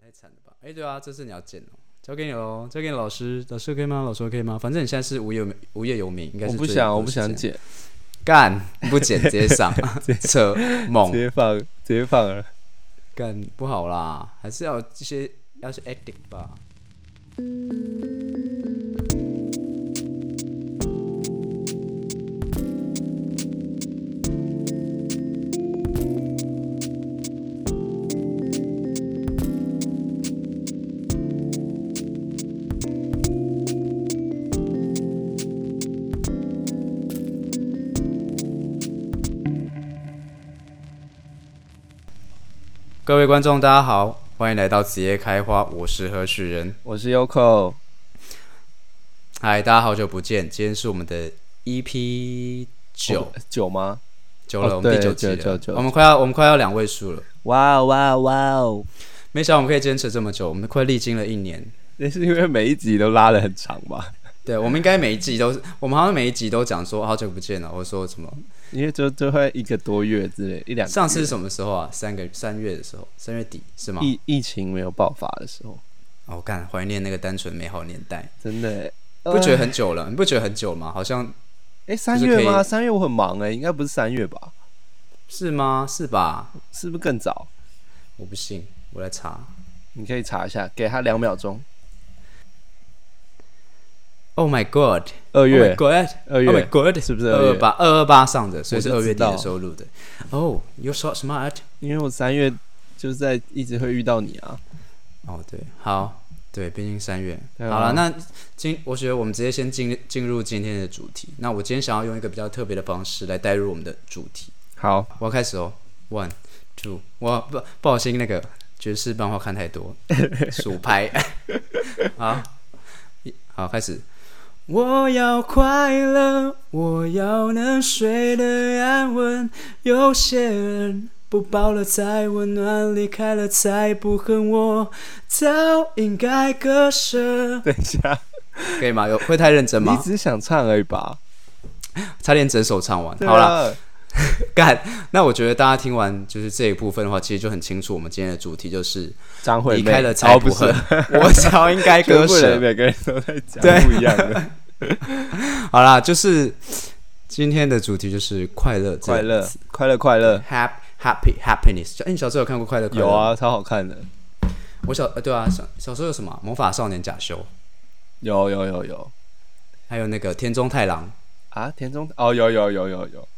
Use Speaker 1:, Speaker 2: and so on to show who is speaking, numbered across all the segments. Speaker 1: 太惨了吧？哎、对啊，这次你要剪哦，交给你喽，交给你老师，老师可以吗？老师 OK 吗？反正你现在是无业无业游民，应该是
Speaker 2: 我不
Speaker 1: 最
Speaker 2: 想，我
Speaker 1: 多
Speaker 2: 不
Speaker 1: 时
Speaker 2: 想
Speaker 1: 间
Speaker 2: 剪，
Speaker 1: 干，不剪直接 上，扯猛
Speaker 2: 直接放，直接放了。
Speaker 1: 干不好啦，还是要这些要是 acting 吧。各位观众，大家好，欢迎来到子夜开花，我是何许人。
Speaker 2: 我是 Yoko，
Speaker 1: 嗨，大家好久不见，今天是我们的 EP 九
Speaker 2: 我九吗？
Speaker 1: 九了，
Speaker 2: 哦
Speaker 1: 我们第九
Speaker 2: 对
Speaker 1: 集了，
Speaker 2: 九九九
Speaker 1: 我们快要我们快要两位数了。
Speaker 2: 哇哦哇哦哇哦！
Speaker 1: 没想到我们可以坚持这么久，我们快历经了一年。
Speaker 2: 那是因为每一集都拉的很长吧？
Speaker 1: 对，我们应该每一集都是，我们好像每一集都讲说好久不见了，或者说什么。
Speaker 2: 因为就就会一个多月之类，一两个
Speaker 1: 上次
Speaker 2: 月
Speaker 1: 是什么时候啊？三个三月的时候，三月底是吗？
Speaker 2: 疫疫情没有爆发的时候，
Speaker 1: 哦，干，怀念那个单纯美好年代，
Speaker 2: 真的欸
Speaker 1: 不觉得很久了？你不觉得很久吗？好像
Speaker 2: 哎三
Speaker 1: 就是可
Speaker 2: 月
Speaker 1: 以
Speaker 2: 吗？三月我很忙哎，应该不是三月吧？
Speaker 1: 是吗？是吧？
Speaker 2: 是不是更早？
Speaker 1: 我不信，我来查。
Speaker 2: 你可以查一下，给他两秒钟。
Speaker 1: Oh my god！
Speaker 2: 二
Speaker 1: Oh
Speaker 2: 月
Speaker 1: my god！
Speaker 2: 二月
Speaker 1: Oh my god！
Speaker 2: 是不是
Speaker 1: 二
Speaker 2: 二
Speaker 1: 二
Speaker 2: 月？
Speaker 1: 八二二八上的，所以
Speaker 2: 我
Speaker 1: 是
Speaker 2: 就
Speaker 1: 二月底
Speaker 2: 知道
Speaker 1: 的时候录的。Oh, you so smart！
Speaker 2: 因为我三月就是在一直会遇到你啊。
Speaker 1: 哦，对，好，对，毕竟三月。
Speaker 2: 对啊
Speaker 1: 好了，那今我觉得我们直接先进进入今天的主题。那我今天想要用一个比较特别的方式来带入我们的主题。
Speaker 2: 好，
Speaker 1: 我要开始哦，one two，我不不小心那个爵士漫画看太多，数拍， 好，一好开始。我要快乐，我要能睡得安稳。有些人不抱了才温暖，离开了才不恨我，早应该割 舍。
Speaker 2: 等一下，
Speaker 1: 可以吗？有会太认真
Speaker 2: 你
Speaker 1: 吗？
Speaker 2: 只是想唱而已吧？
Speaker 1: 差点整首唱完。
Speaker 2: 对
Speaker 1: 好了，
Speaker 2: 啊，
Speaker 1: 干，那我觉得大家听完就是这一部分的话，其实就很清楚我们今天的主题就是
Speaker 2: 张惠妹
Speaker 1: 离开了才
Speaker 2: 哦不
Speaker 1: 不
Speaker 2: 是
Speaker 1: 恨， 我早应该割
Speaker 2: 全部人
Speaker 1: 舍。
Speaker 2: 每个人都在讲
Speaker 1: 对
Speaker 2: 不一样的
Speaker 1: 好啦，就是今天的主题就是快乐这
Speaker 2: 快
Speaker 1: 个
Speaker 2: 乐
Speaker 1: 词，
Speaker 2: 快乐快乐，
Speaker 1: ，happy happy happiness。哎、你小时候有看过快乐快乐？
Speaker 2: 有，啊，超好看的，
Speaker 1: 我小呃对啊，小小时候有什么啊魔法少年假修，
Speaker 2: 有有有有
Speaker 1: 还有那个田中太郎，
Speaker 2: 啊，田中哦，有有有有有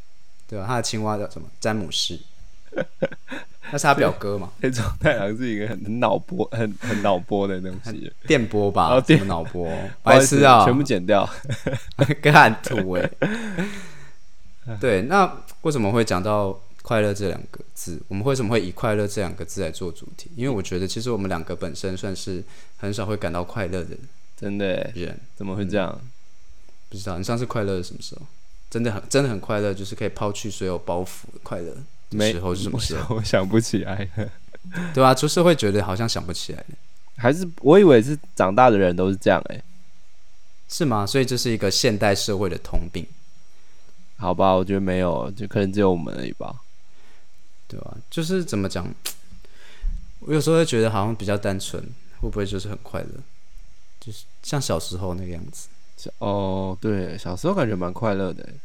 Speaker 1: 对吧、他的青蛙叫什么？詹姆士， 那是他表哥嘛？
Speaker 2: 田中太郎是一个很很脑波很很脑波的东西，
Speaker 1: 电波吧，
Speaker 2: 哦
Speaker 1: 什
Speaker 2: 电
Speaker 1: 么脑 波？
Speaker 2: 不好
Speaker 1: 白
Speaker 2: 意思
Speaker 1: 痴啊！
Speaker 2: 全部剪掉。
Speaker 1: 干土哎、对，那为什么会讲到快乐这两个字？我们为什么会以快乐这两个字来做主题？因为我觉得其实我们两个本身算是很少会感到快乐的
Speaker 2: 真的耶，
Speaker 1: 人。
Speaker 2: 怎么会这样？
Speaker 1: 不知道你上次快乐是什么时候？真的很真的很快乐，就是可以抛去所有包袱，快乐的
Speaker 2: 没
Speaker 1: 时候是什么时候？
Speaker 2: 我想不起来了，
Speaker 1: 对啊，就是会觉得好像想不起来了，
Speaker 2: 还是我以为是长大的人都是这样哎。
Speaker 1: 是吗？所以这是一个现代社会的通病，
Speaker 2: 好吧，我觉得没有，就可能只有我们而已吧。
Speaker 1: 对吧、就是怎么讲，我有时候会觉得好像比较单纯，会不会就是很快乐？就是像小时候那个样子，
Speaker 2: 小哦，对，小时候感觉蛮快乐的耶，欸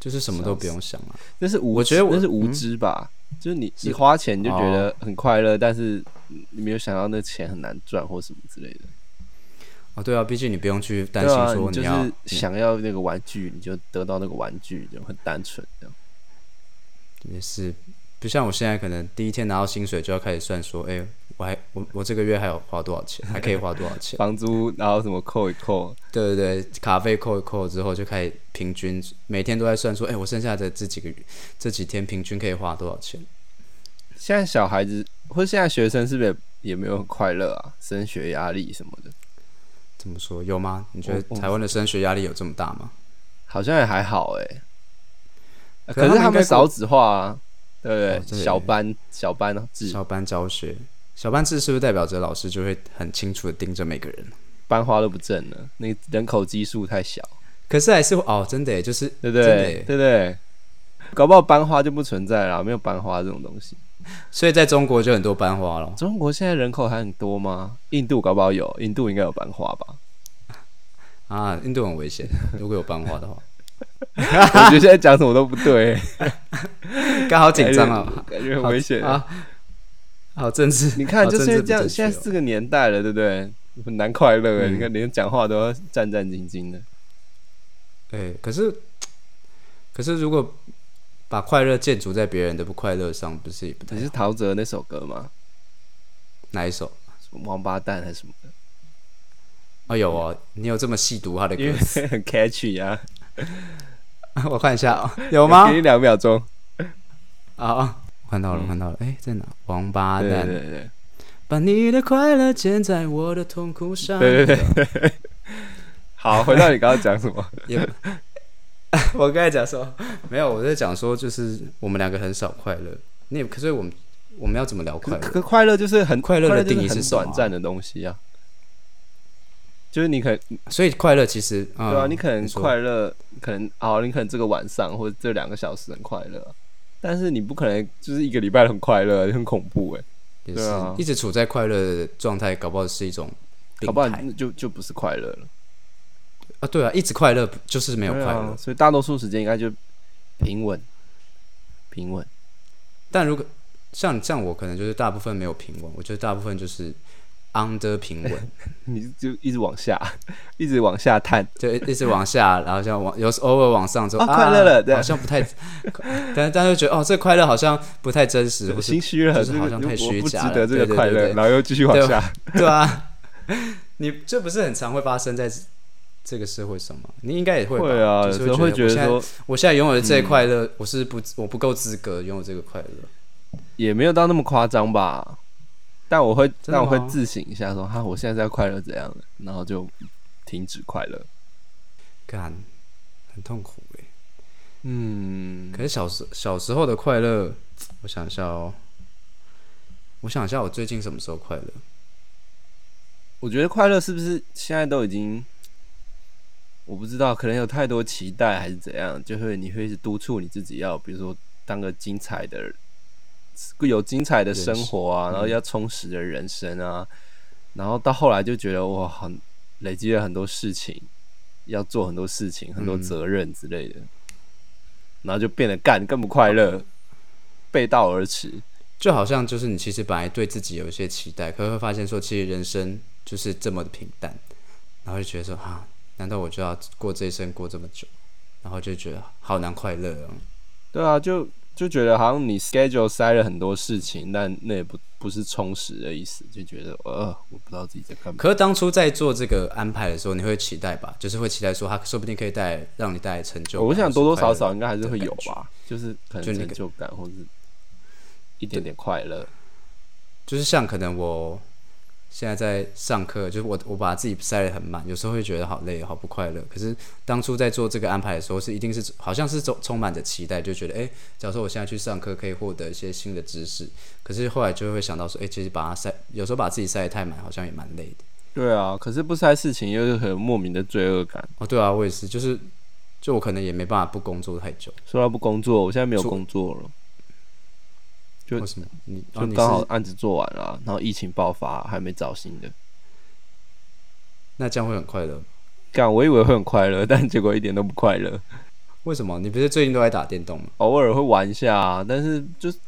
Speaker 1: 就是什么都不用想啊。
Speaker 2: 那是无知，
Speaker 1: 我觉得我
Speaker 2: 那是无
Speaker 1: 嗯
Speaker 2: 知吧，就是你
Speaker 1: 是哦
Speaker 2: 你花钱你就觉得很快乐，但是你没有想到那钱很难赚或什么之类的。
Speaker 1: 哦，对啊，毕竟你不用去担
Speaker 2: 对
Speaker 1: 心
Speaker 2: 啊，
Speaker 1: 说
Speaker 2: 你就
Speaker 1: 要，
Speaker 2: 是想要那个玩具，你就得到那个玩具，就很单纯这样。
Speaker 1: 也是不像我现在可能第一天拿到薪水就要开始算说，哎、我还我我这个月还有花多少钱，还可以花多少 钱？
Speaker 2: 房租然后什么扣一扣，
Speaker 1: 对对对，卡费扣一扣之后就开始平均，每天都在算说，哎、我剩下的这几个月这几天平均可以花多少钱？
Speaker 2: 现在小孩子或现在学生是不是也也没有很快乐啊？升学压力什么的，
Speaker 1: 怎么说有吗？你觉得
Speaker 2: 我我
Speaker 1: 台湾的升学压力有这么大吗？
Speaker 2: 好像也还好哎、啊
Speaker 1: 可是
Speaker 2: 可是
Speaker 1: 他们应
Speaker 2: 他
Speaker 1: 该
Speaker 2: 们少子化啊，对不对？
Speaker 1: 哦对
Speaker 2: 小班小班制
Speaker 1: 小班教学，小班制是不是代表着老师就会很清楚的盯着每个人？
Speaker 2: 班花都不正了，那个人口基数太小。
Speaker 1: 可是还是会哦，真的耶就是
Speaker 2: 对不
Speaker 1: 真的
Speaker 2: 对？
Speaker 1: 耶
Speaker 2: 对不对？搞不好班花就不存在了，没有班花这种东西。
Speaker 1: 所以在中国就很多班花咯。
Speaker 2: 中国现在人口还很多吗？印度搞不好有，印度应该有班花 吧？
Speaker 1: 啊，印度很危险， 如果有班花的话，
Speaker 2: 我觉得现在讲什么都不对、
Speaker 1: 刚好紧张啊，
Speaker 2: 感觉很危险。
Speaker 1: 啊，好政治，
Speaker 2: 你看，
Speaker 1: 好
Speaker 2: 就是
Speaker 1: 政
Speaker 2: 因
Speaker 1: 治
Speaker 2: 为
Speaker 1: 不
Speaker 2: 这样，
Speaker 1: 正确
Speaker 2: 现在
Speaker 1: 哦
Speaker 2: 这个年代了，对不对？很难快乐哎、
Speaker 1: 嗯
Speaker 2: 你看连讲话都要战战兢兢的。
Speaker 1: 对，可是可是如果把快乐建筑在别人的不快乐上，不是也不太
Speaker 2: 你是陶喆那首歌吗？
Speaker 1: 哪一首？
Speaker 2: 什么王八蛋还是什么的？
Speaker 1: 哦，有哦，你有这么细读他的歌
Speaker 2: 因为很 catchy 啊，
Speaker 1: 词？ 我看一下、哦，有吗
Speaker 2: 给？你两秒钟。
Speaker 1: 啊、我看到了，我看到了，哎、在哪？王八
Speaker 2: 对
Speaker 1: 蛋，
Speaker 2: 对对
Speaker 1: 把你的快乐建在我的痛苦上。
Speaker 2: 对对对对。 好，回到你刚刚讲什么？
Speaker 1: 也，我刚才讲说没有，我在讲说就是我们两个很少快乐。那也可是我们我们要怎么聊快
Speaker 2: 可
Speaker 1: 乐？
Speaker 2: 可快乐就是很
Speaker 1: 快乐的定义
Speaker 2: 就是是很
Speaker 1: 什么啊
Speaker 2: 短暂的东西啊。就是你可能
Speaker 1: 所以快乐其实，嗯、
Speaker 2: 对啊，你可能
Speaker 1: 说
Speaker 2: 快乐，可能哦，你可能这个晚上或者这两个小时很快乐，啊但是你不可能就是一个礼拜都很快乐，很恐怖哎，
Speaker 1: 也
Speaker 2: 对
Speaker 1: 是、
Speaker 2: 啊
Speaker 1: 一直处在快乐的状态，搞不好是一种病
Speaker 2: 好不好
Speaker 1: 态？
Speaker 2: 就就不是快乐了，
Speaker 1: 啊，对啊，一直快乐就是没有
Speaker 2: 对
Speaker 1: 快
Speaker 2: 啊
Speaker 1: 乐。
Speaker 2: 所以大多数时间应该就平稳，平稳，
Speaker 1: 但如果像像我，可能就是大部分没有平稳，我觉得大部分就是 under 平稳，
Speaker 2: 你就一直往下，一直往下探，
Speaker 1: 就一直往下，然后像往有时偶尔往上之后
Speaker 2: 啊快乐了对
Speaker 1: 好像不太，但但就觉得哦，这快乐好像不太真实，或是
Speaker 2: 心虚了，
Speaker 1: 就是
Speaker 2: 这个
Speaker 1: 好像太
Speaker 2: 我
Speaker 1: 虚
Speaker 2: 不值
Speaker 1: 假了
Speaker 2: 得
Speaker 1: 对
Speaker 2: 这个
Speaker 1: 对
Speaker 2: 快
Speaker 1: 对
Speaker 2: 乐，
Speaker 1: 对
Speaker 2: 然后又继续往
Speaker 1: 对
Speaker 2: 下，
Speaker 1: 对啊， 你这不是很常会发生在这个社会上吗？你应该也会吧
Speaker 2: 会啊，
Speaker 1: 就
Speaker 2: 有
Speaker 1: 是
Speaker 2: 时候会觉
Speaker 1: 我
Speaker 2: 得
Speaker 1: 现在
Speaker 2: 说嗯
Speaker 1: 我现在拥有的这一快乐，我是不我不够资格拥有这个快乐。
Speaker 2: 也没有到那么夸张吧，但我会，
Speaker 1: 真的
Speaker 2: 但
Speaker 1: 吗
Speaker 2: 我会自省一下说，哈，我现在在快乐怎样的，然后就停止快乐。
Speaker 1: 干，很痛苦哎。
Speaker 2: 嗯，
Speaker 1: 可是小时小时候的快乐，我想一下哦，我想一下我最近什么时候快乐？
Speaker 2: 我觉得快乐是不是现在都已经，我不知道，可能有太多期待还是怎样，就会你会一直督促你自己要，比如说当个精彩的人，有精彩的生活啊，然后要充实的人生啊，然后到后来就觉得哇，很累积了很多事情，要做很多事情，很多责任之类的，然后就变得干更不快乐，背道而驰。
Speaker 1: 就好像就是你其实本来对自己有一些期待，可是会发现说，其实人生就是这么的平淡，然后就觉得说啊，难道我就要过这一生过这么久？然后就觉得好难快乐哦。
Speaker 2: 对啊，就就觉得好像你 schedule 塞了很多事情，但那也不不是充实的意思，就觉得呃，我不知道自己在干嘛。
Speaker 1: 可是当初在做这个安排的时候，你会期待吧？就是会期待说，它说不定可以带来让你带来成就感。
Speaker 2: 我想多多少
Speaker 1: 或
Speaker 2: 少
Speaker 1: 是
Speaker 2: 应该还是会有
Speaker 1: 的
Speaker 2: 吧，就是可能
Speaker 1: 就那
Speaker 2: 成
Speaker 1: 个
Speaker 2: 就感或者一点点快乐。
Speaker 1: 快乐，就是像可能我现在在上课，就是我我把自己塞得很满，有时候会觉得好累，哦好不快乐。可是当初在做这个安排的时候，是一定是好像是充充满着期待，就觉得诶，假如说我现在去上课可以获得一些新的知识，可是后来就会想到说，诶，其实把它塞，有时候把自己塞得太满，好像也蛮累的。
Speaker 2: 对啊，可是不塞事情又是很莫名的罪恶感。
Speaker 1: 哦，对啊，我也是，就是就我可能也没办法不工作太久。
Speaker 2: 说到不工作，我现在没有
Speaker 1: 除
Speaker 2: 工作了，就
Speaker 1: 为什么？你哦，
Speaker 2: 就
Speaker 1: 你
Speaker 2: 刚好
Speaker 1: 是
Speaker 2: 案子做完了啊，然后疫情爆发，还没找新的。
Speaker 1: 那这样会很快乐吗。
Speaker 2: 干，我以为会很快乐，但结果一点都不快乐。
Speaker 1: 为什么？你不是最近都在打电动吗？
Speaker 2: 偶尔会玩一下啊，但是就是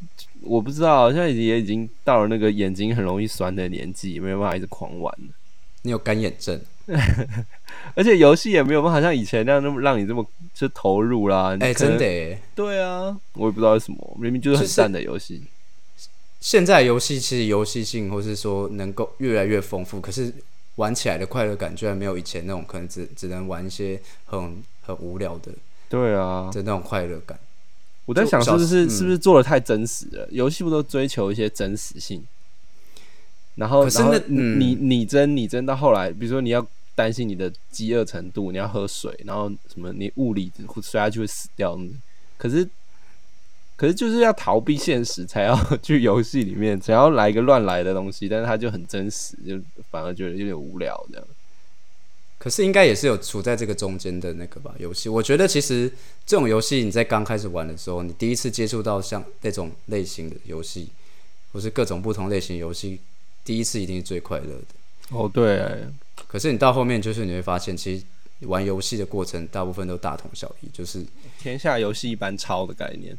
Speaker 2: 我不知道，现在也已经到了那个眼睛很容易酸的年纪，没有办法一直狂玩了
Speaker 1: 你有干眼症？
Speaker 2: 而且游戏也没有办法像以前那样那么让你这么就投入啦。
Speaker 1: 哎、
Speaker 2: 你可能
Speaker 1: 真的耶！
Speaker 2: 对啊，我也不知道为什么，明明就是很
Speaker 1: 就是
Speaker 2: 淡的游戏。
Speaker 1: 现在游戏其实游戏性，或是说能够越来越丰富，可是玩起来的快乐感居然没有以前那种，可能只只能玩一些很很无聊的
Speaker 2: 对啊，
Speaker 1: 的那种快乐感。
Speaker 2: 我在想是不是、
Speaker 1: 就小时
Speaker 2: 是不是做的太真实了？游戏不都追求一些真实性？然后，
Speaker 1: 可是
Speaker 2: 然后
Speaker 1: 那
Speaker 2: 你
Speaker 1: 嗯
Speaker 2: 你你真你真到后来，比如说你要担心你的饥饿程度，你要喝水，然后什么你物理会摔下去会死掉。可是，可是就是要逃避现实，才要 去游戏里面，才要来一个乱来的东西，但是它就很真实，就反而觉得有点无聊这样。
Speaker 1: 可是应该也是有处在这个中间的那个吧游戏。我觉得其实这种游戏你在刚开始玩的时候，你第一次接触到像那种类型的游戏，或是各种不同类型游戏，第一次一定是最快乐的。
Speaker 2: 哦，对，
Speaker 1: 可是你到后面，就是你会发现，其实玩游戏的过程大部分都大同小异，就是
Speaker 2: 天下游戏一般超的概念。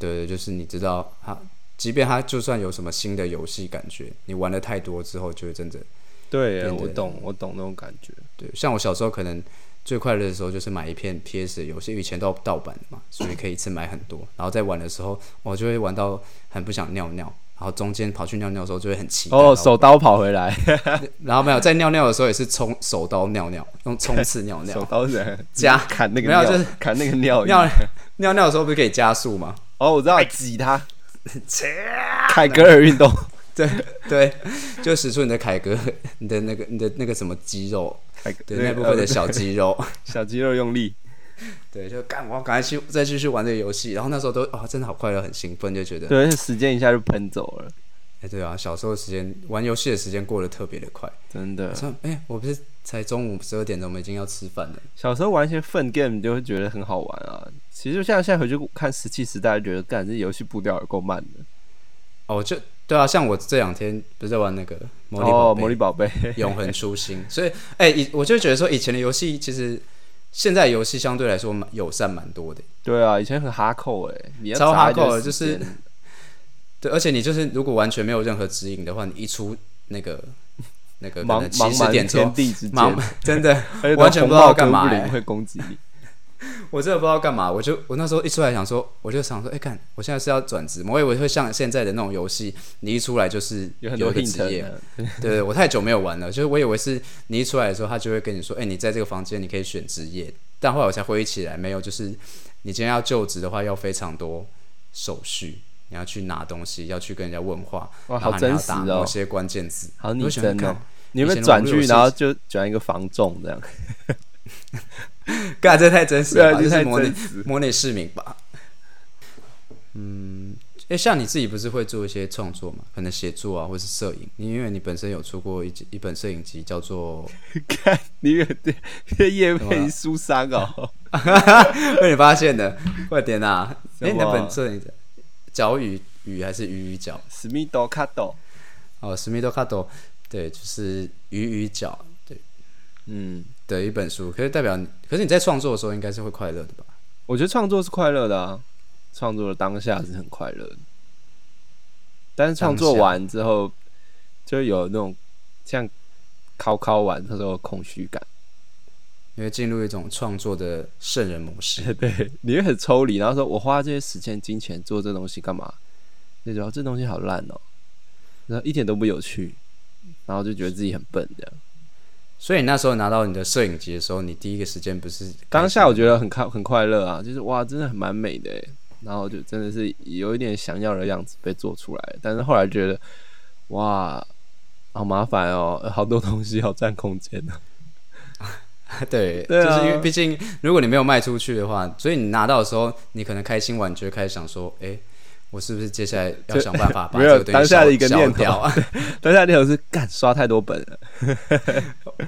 Speaker 1: 对，就是你知道它，即便它就算有什么新的游戏感觉，你玩的太多之后，就会真的
Speaker 2: 对，
Speaker 1: 变得
Speaker 2: 我懂，我懂那种感觉。
Speaker 1: 对。像我小时候可能最快乐的时候，就是买一片 PS 的游戏，因为以前都要盗版的嘛，所以可以一次买很多，然后在玩的时候，我就会玩到很不想尿尿，然后中间跑去尿尿的时候就会很期待。
Speaker 2: 哦，
Speaker 1: 然后
Speaker 2: 手刀跑回来，
Speaker 1: 然后没有在尿尿的时候也是冲手刀尿 尿，用冲刺尿尿
Speaker 2: 手。刀人
Speaker 1: 加
Speaker 2: 砍那个
Speaker 1: 没有
Speaker 2: 尿
Speaker 1: 就是
Speaker 2: 砍那个尿
Speaker 1: 尿
Speaker 2: 液。
Speaker 1: 尿尿的时候不是可以加速吗？
Speaker 2: 哦，我知道，挤他，凯格尔 运动。
Speaker 1: 对对，就使出你的凯哥，你的那个你的那个什么肌肉，
Speaker 2: 凯格
Speaker 1: 对那部分的小肌肉，
Speaker 2: 小肌肉用力，
Speaker 1: 对，就干我要赶快去再继续玩这个游戏。然后那时候都哦，真的好快乐，很兴奋，就觉得
Speaker 2: 对，时间一下就喷走了，
Speaker 1: 哎对啊，小时候的时间玩游戏的时间过得特别的快。
Speaker 2: 真的。
Speaker 1: 说哎，我不是才中午十二点钟，我们已经要吃饭了。
Speaker 2: 小时候玩一些 fun game 就会觉得很好玩啊。其实像现在回去看《石器时代》，就觉得干这游戏步调有够慢的。
Speaker 1: 哦，就对啊，像我这两天不是在玩那个魔力宝
Speaker 2: 哦，
Speaker 1: 贝
Speaker 2: 魔力宝贝，
Speaker 1: 永恒初心。所以，哎、以我就觉得说，以前的游戏其实现在游戏相对来说蛮友善蛮多的。
Speaker 2: 对啊，以前很哈扣哎，你要
Speaker 1: 超
Speaker 2: 砸一
Speaker 1: hardcore
Speaker 2: 段
Speaker 1: 的就
Speaker 2: 时
Speaker 1: 是
Speaker 2: 间
Speaker 1: 对，而且你就是如果完全没有任何指引的话，你一出那个那个可
Speaker 2: 茫
Speaker 1: 能起始
Speaker 2: 茫
Speaker 1: 点
Speaker 2: 茫
Speaker 1: 之后
Speaker 2: 天，地之间，
Speaker 1: 忙真的，
Speaker 2: 而且
Speaker 1: 完全不知道干嘛
Speaker 2: 哥布
Speaker 1: 欸
Speaker 2: 林会攻击你。
Speaker 1: 我真的不知道干嘛。我就我那时候一出来想说，我就想说，哎、看我现在是要转职吗？我以为会像现在的那种游戏，你一出来就是
Speaker 2: 有很
Speaker 1: 有
Speaker 2: 多
Speaker 1: 一个
Speaker 2: hint 啊
Speaker 1: 职业。
Speaker 2: 的，
Speaker 1: 对，我太久没有玩了，就是我以为是你一出来的时候，他就会跟你说，哎、你在这个房间你可以选职业，但后来我才回忆起来，没有，就是你今天要就职的话，要非常多手续，你要去拿东西，要去跟人家问话，
Speaker 2: 哇，
Speaker 1: 然后
Speaker 2: 好
Speaker 1: 你
Speaker 2: 真
Speaker 1: 要
Speaker 2: 实
Speaker 1: 打某
Speaker 2: 哦，
Speaker 1: 些关键字，
Speaker 2: 好
Speaker 1: 我
Speaker 2: 拟
Speaker 1: 喜欢
Speaker 2: 真哦
Speaker 1: 看。
Speaker 2: 你有没
Speaker 1: 以前
Speaker 2: 有
Speaker 1: 的
Speaker 2: 转
Speaker 1: 网络游
Speaker 2: 去，
Speaker 1: 戏
Speaker 2: 然后就转一个防 重这样？
Speaker 1: 干这太真实
Speaker 2: 对
Speaker 1: 了
Speaker 2: 啊，
Speaker 1: 吧，
Speaker 2: 这
Speaker 1: 这
Speaker 2: 太
Speaker 1: 是模拟
Speaker 2: 真实。
Speaker 1: 模拟市民吧。嗯，哎、像你自己不是会做一些创作嘛？可能写作啊，或是摄影。因为你本身有出过一集一本摄影集，叫做
Speaker 2: 看你有点这叶
Speaker 1: 怎么
Speaker 2: 佩
Speaker 1: 了
Speaker 2: 书 伤
Speaker 1: 啊
Speaker 2: 哦，
Speaker 1: 被你发现的，快点啊！
Speaker 2: 什
Speaker 1: 哎、
Speaker 2: 么
Speaker 1: 你的本色你的脚语语还是鱼鱼脚？
Speaker 2: 史密多卡斗，
Speaker 1: 哦，史密多卡多，对，就是鱼鱼脚，对
Speaker 2: 嗯，
Speaker 1: 的一本书。可是代表你，可是你在创作的时候应该是会快乐的吧？
Speaker 2: 我觉得创作是快乐的啊，创作的当下是很快乐的，但是创作
Speaker 1: 当下
Speaker 2: 完之后就有那种像考考完他说空虚感，
Speaker 1: 你会进入一种创作的圣人模式。
Speaker 2: 对，你会很抽离，然后说我花这些时间金钱做这东西干嘛？就觉得这东西好烂哦，然后一点都不有趣，然后就觉得自己很笨这样。
Speaker 1: 所以你那时候拿到你的摄影集的时候，你第一个时间不是
Speaker 2: 当下
Speaker 1: 开
Speaker 2: 我
Speaker 1: 心啊
Speaker 2: 觉得很开很快乐啊，就是哇，真的很蛮美的欸，然后就真的是有一点想要的样子被做出来，但是后来觉得哇，好麻烦哦，呃好多东西好占空间 啊。
Speaker 1: 对，
Speaker 2: 对啊
Speaker 1: 就是因为毕竟如果你没有卖出去的话，所以你拿到的时候，你可能开心完，你就会开始想说，哎、我是不是接下来要
Speaker 2: 就
Speaker 1: 想办 法把
Speaker 2: 没
Speaker 1: 这
Speaker 2: 有
Speaker 1: 个东
Speaker 2: 当
Speaker 1: 西
Speaker 2: 下
Speaker 1: 消
Speaker 2: 的一个
Speaker 1: 消
Speaker 2: 念头
Speaker 1: 掉 啊？
Speaker 2: 当下念头是干刷太多本了，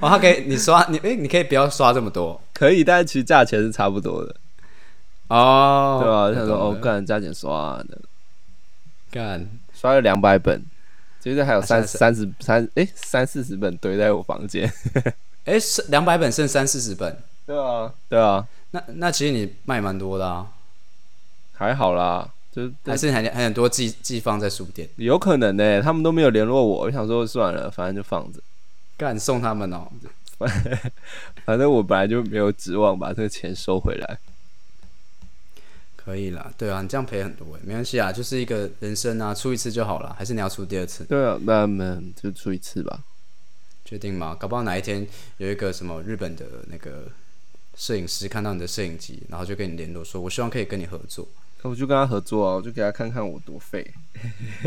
Speaker 1: 哦，他可以你刷你哎、你可以不要刷这么多
Speaker 2: 可以，但是其实价钱是差不多的，
Speaker 1: 哦，
Speaker 2: 对吧、
Speaker 1: 我
Speaker 2: 他
Speaker 1: 懂
Speaker 2: 说哦
Speaker 1: 了，
Speaker 2: 干加减刷、啊，
Speaker 1: 干，
Speaker 2: 刷了两百本，其实还有
Speaker 1: 啊现在
Speaker 2: 三
Speaker 1: 是
Speaker 2: 三十三哎三四十本堆在我房间。
Speaker 1: 哎，是两百本剩三四十本，
Speaker 2: 对啊，对啊，
Speaker 1: 那那其实你卖蛮多的啊，
Speaker 2: 还好啦，就是
Speaker 1: 还是还还很多寄寄放在书店，
Speaker 2: 有可能呢、他们都没有联络我，我想说算了，反正就放着，
Speaker 1: 干送他们哦，
Speaker 2: 反正我本来就没有指望把这个钱收回来。
Speaker 1: 可以啦，对啊，你这样赔很多哎，没关系啊，就是一个人生啊，出一次就好了，还是你要出第二次？
Speaker 2: 对啊，那么就出一次吧。
Speaker 1: 确定吗？搞不好哪一天有一个什么日本的那个摄影师看到你的摄影集，然后就跟你联络说，我希望可以跟你合作。
Speaker 2: 我就跟他合作啊，我就给他看看我多废。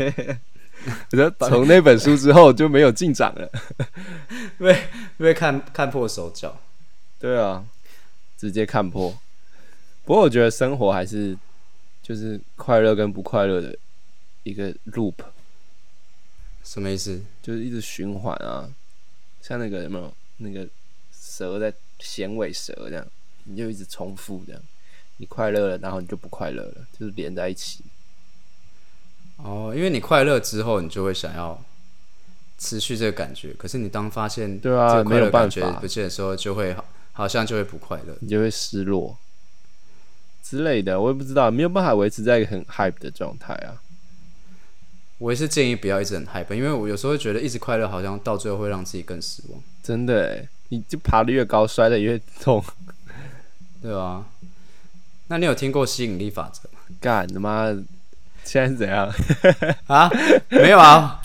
Speaker 2: 我觉得从那本书之后就没有进展了。
Speaker 1: 因为看看破手脚，
Speaker 2: 对啊，直接看破。不过我觉得生活还是就是快乐跟不快乐的一个 loop，
Speaker 1: 什么意思？
Speaker 2: 就是一直循环啊，像那个有没有那个蛇在衔尾蛇这样，你就一直重复这样，你快乐了，然后你就不快乐了，就是连在一起。
Speaker 1: 哦，因为你快乐之后，你就会想要持续这个感觉。可是你当发现
Speaker 2: 对啊
Speaker 1: 这个快
Speaker 2: 没
Speaker 1: 乐
Speaker 2: 有办
Speaker 1: 感觉
Speaker 2: 法
Speaker 1: 不见的时候，就会好好像就会不快乐。
Speaker 2: 你就会失落之类的，我也不知道，没有办法维持在一个很 hype 的状态啊。
Speaker 1: 我也是建议不要一直很害怕，因为我有时候会觉得一直快乐好像到最后会让自己更失望，
Speaker 2: 真的欸，你就爬得越高，摔得越痛。
Speaker 1: 对啊。那你有听过吸引力法则吗？
Speaker 2: 干他妈的，现在是怎样？
Speaker 1: 啊，没有啊。